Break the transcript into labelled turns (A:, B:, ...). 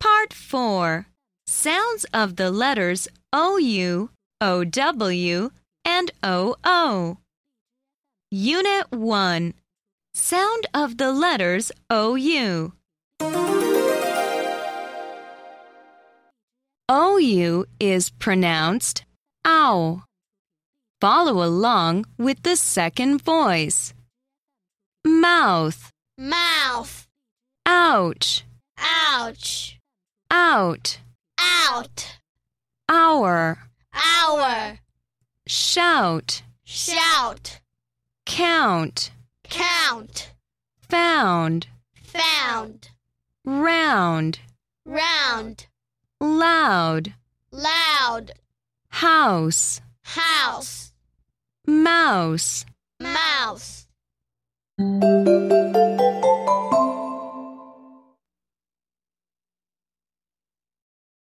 A: Part 4 Sounds of the letters OU, OW, and OO. Unit 1 Sound of the letters OU. OU is pronounced ow. Follow along with the second voice. Mouth,
B: mouth,
A: ouch,
B: ouch,
A: out,
B: out,
A: hour,
B: hour,
A: shout,
B: shout,
A: count,
B: count,
A: found,
B: found,
A: round,
B: round,
A: loud,
B: loud,
A: house,
B: house,
A: mouse.
B: mouse.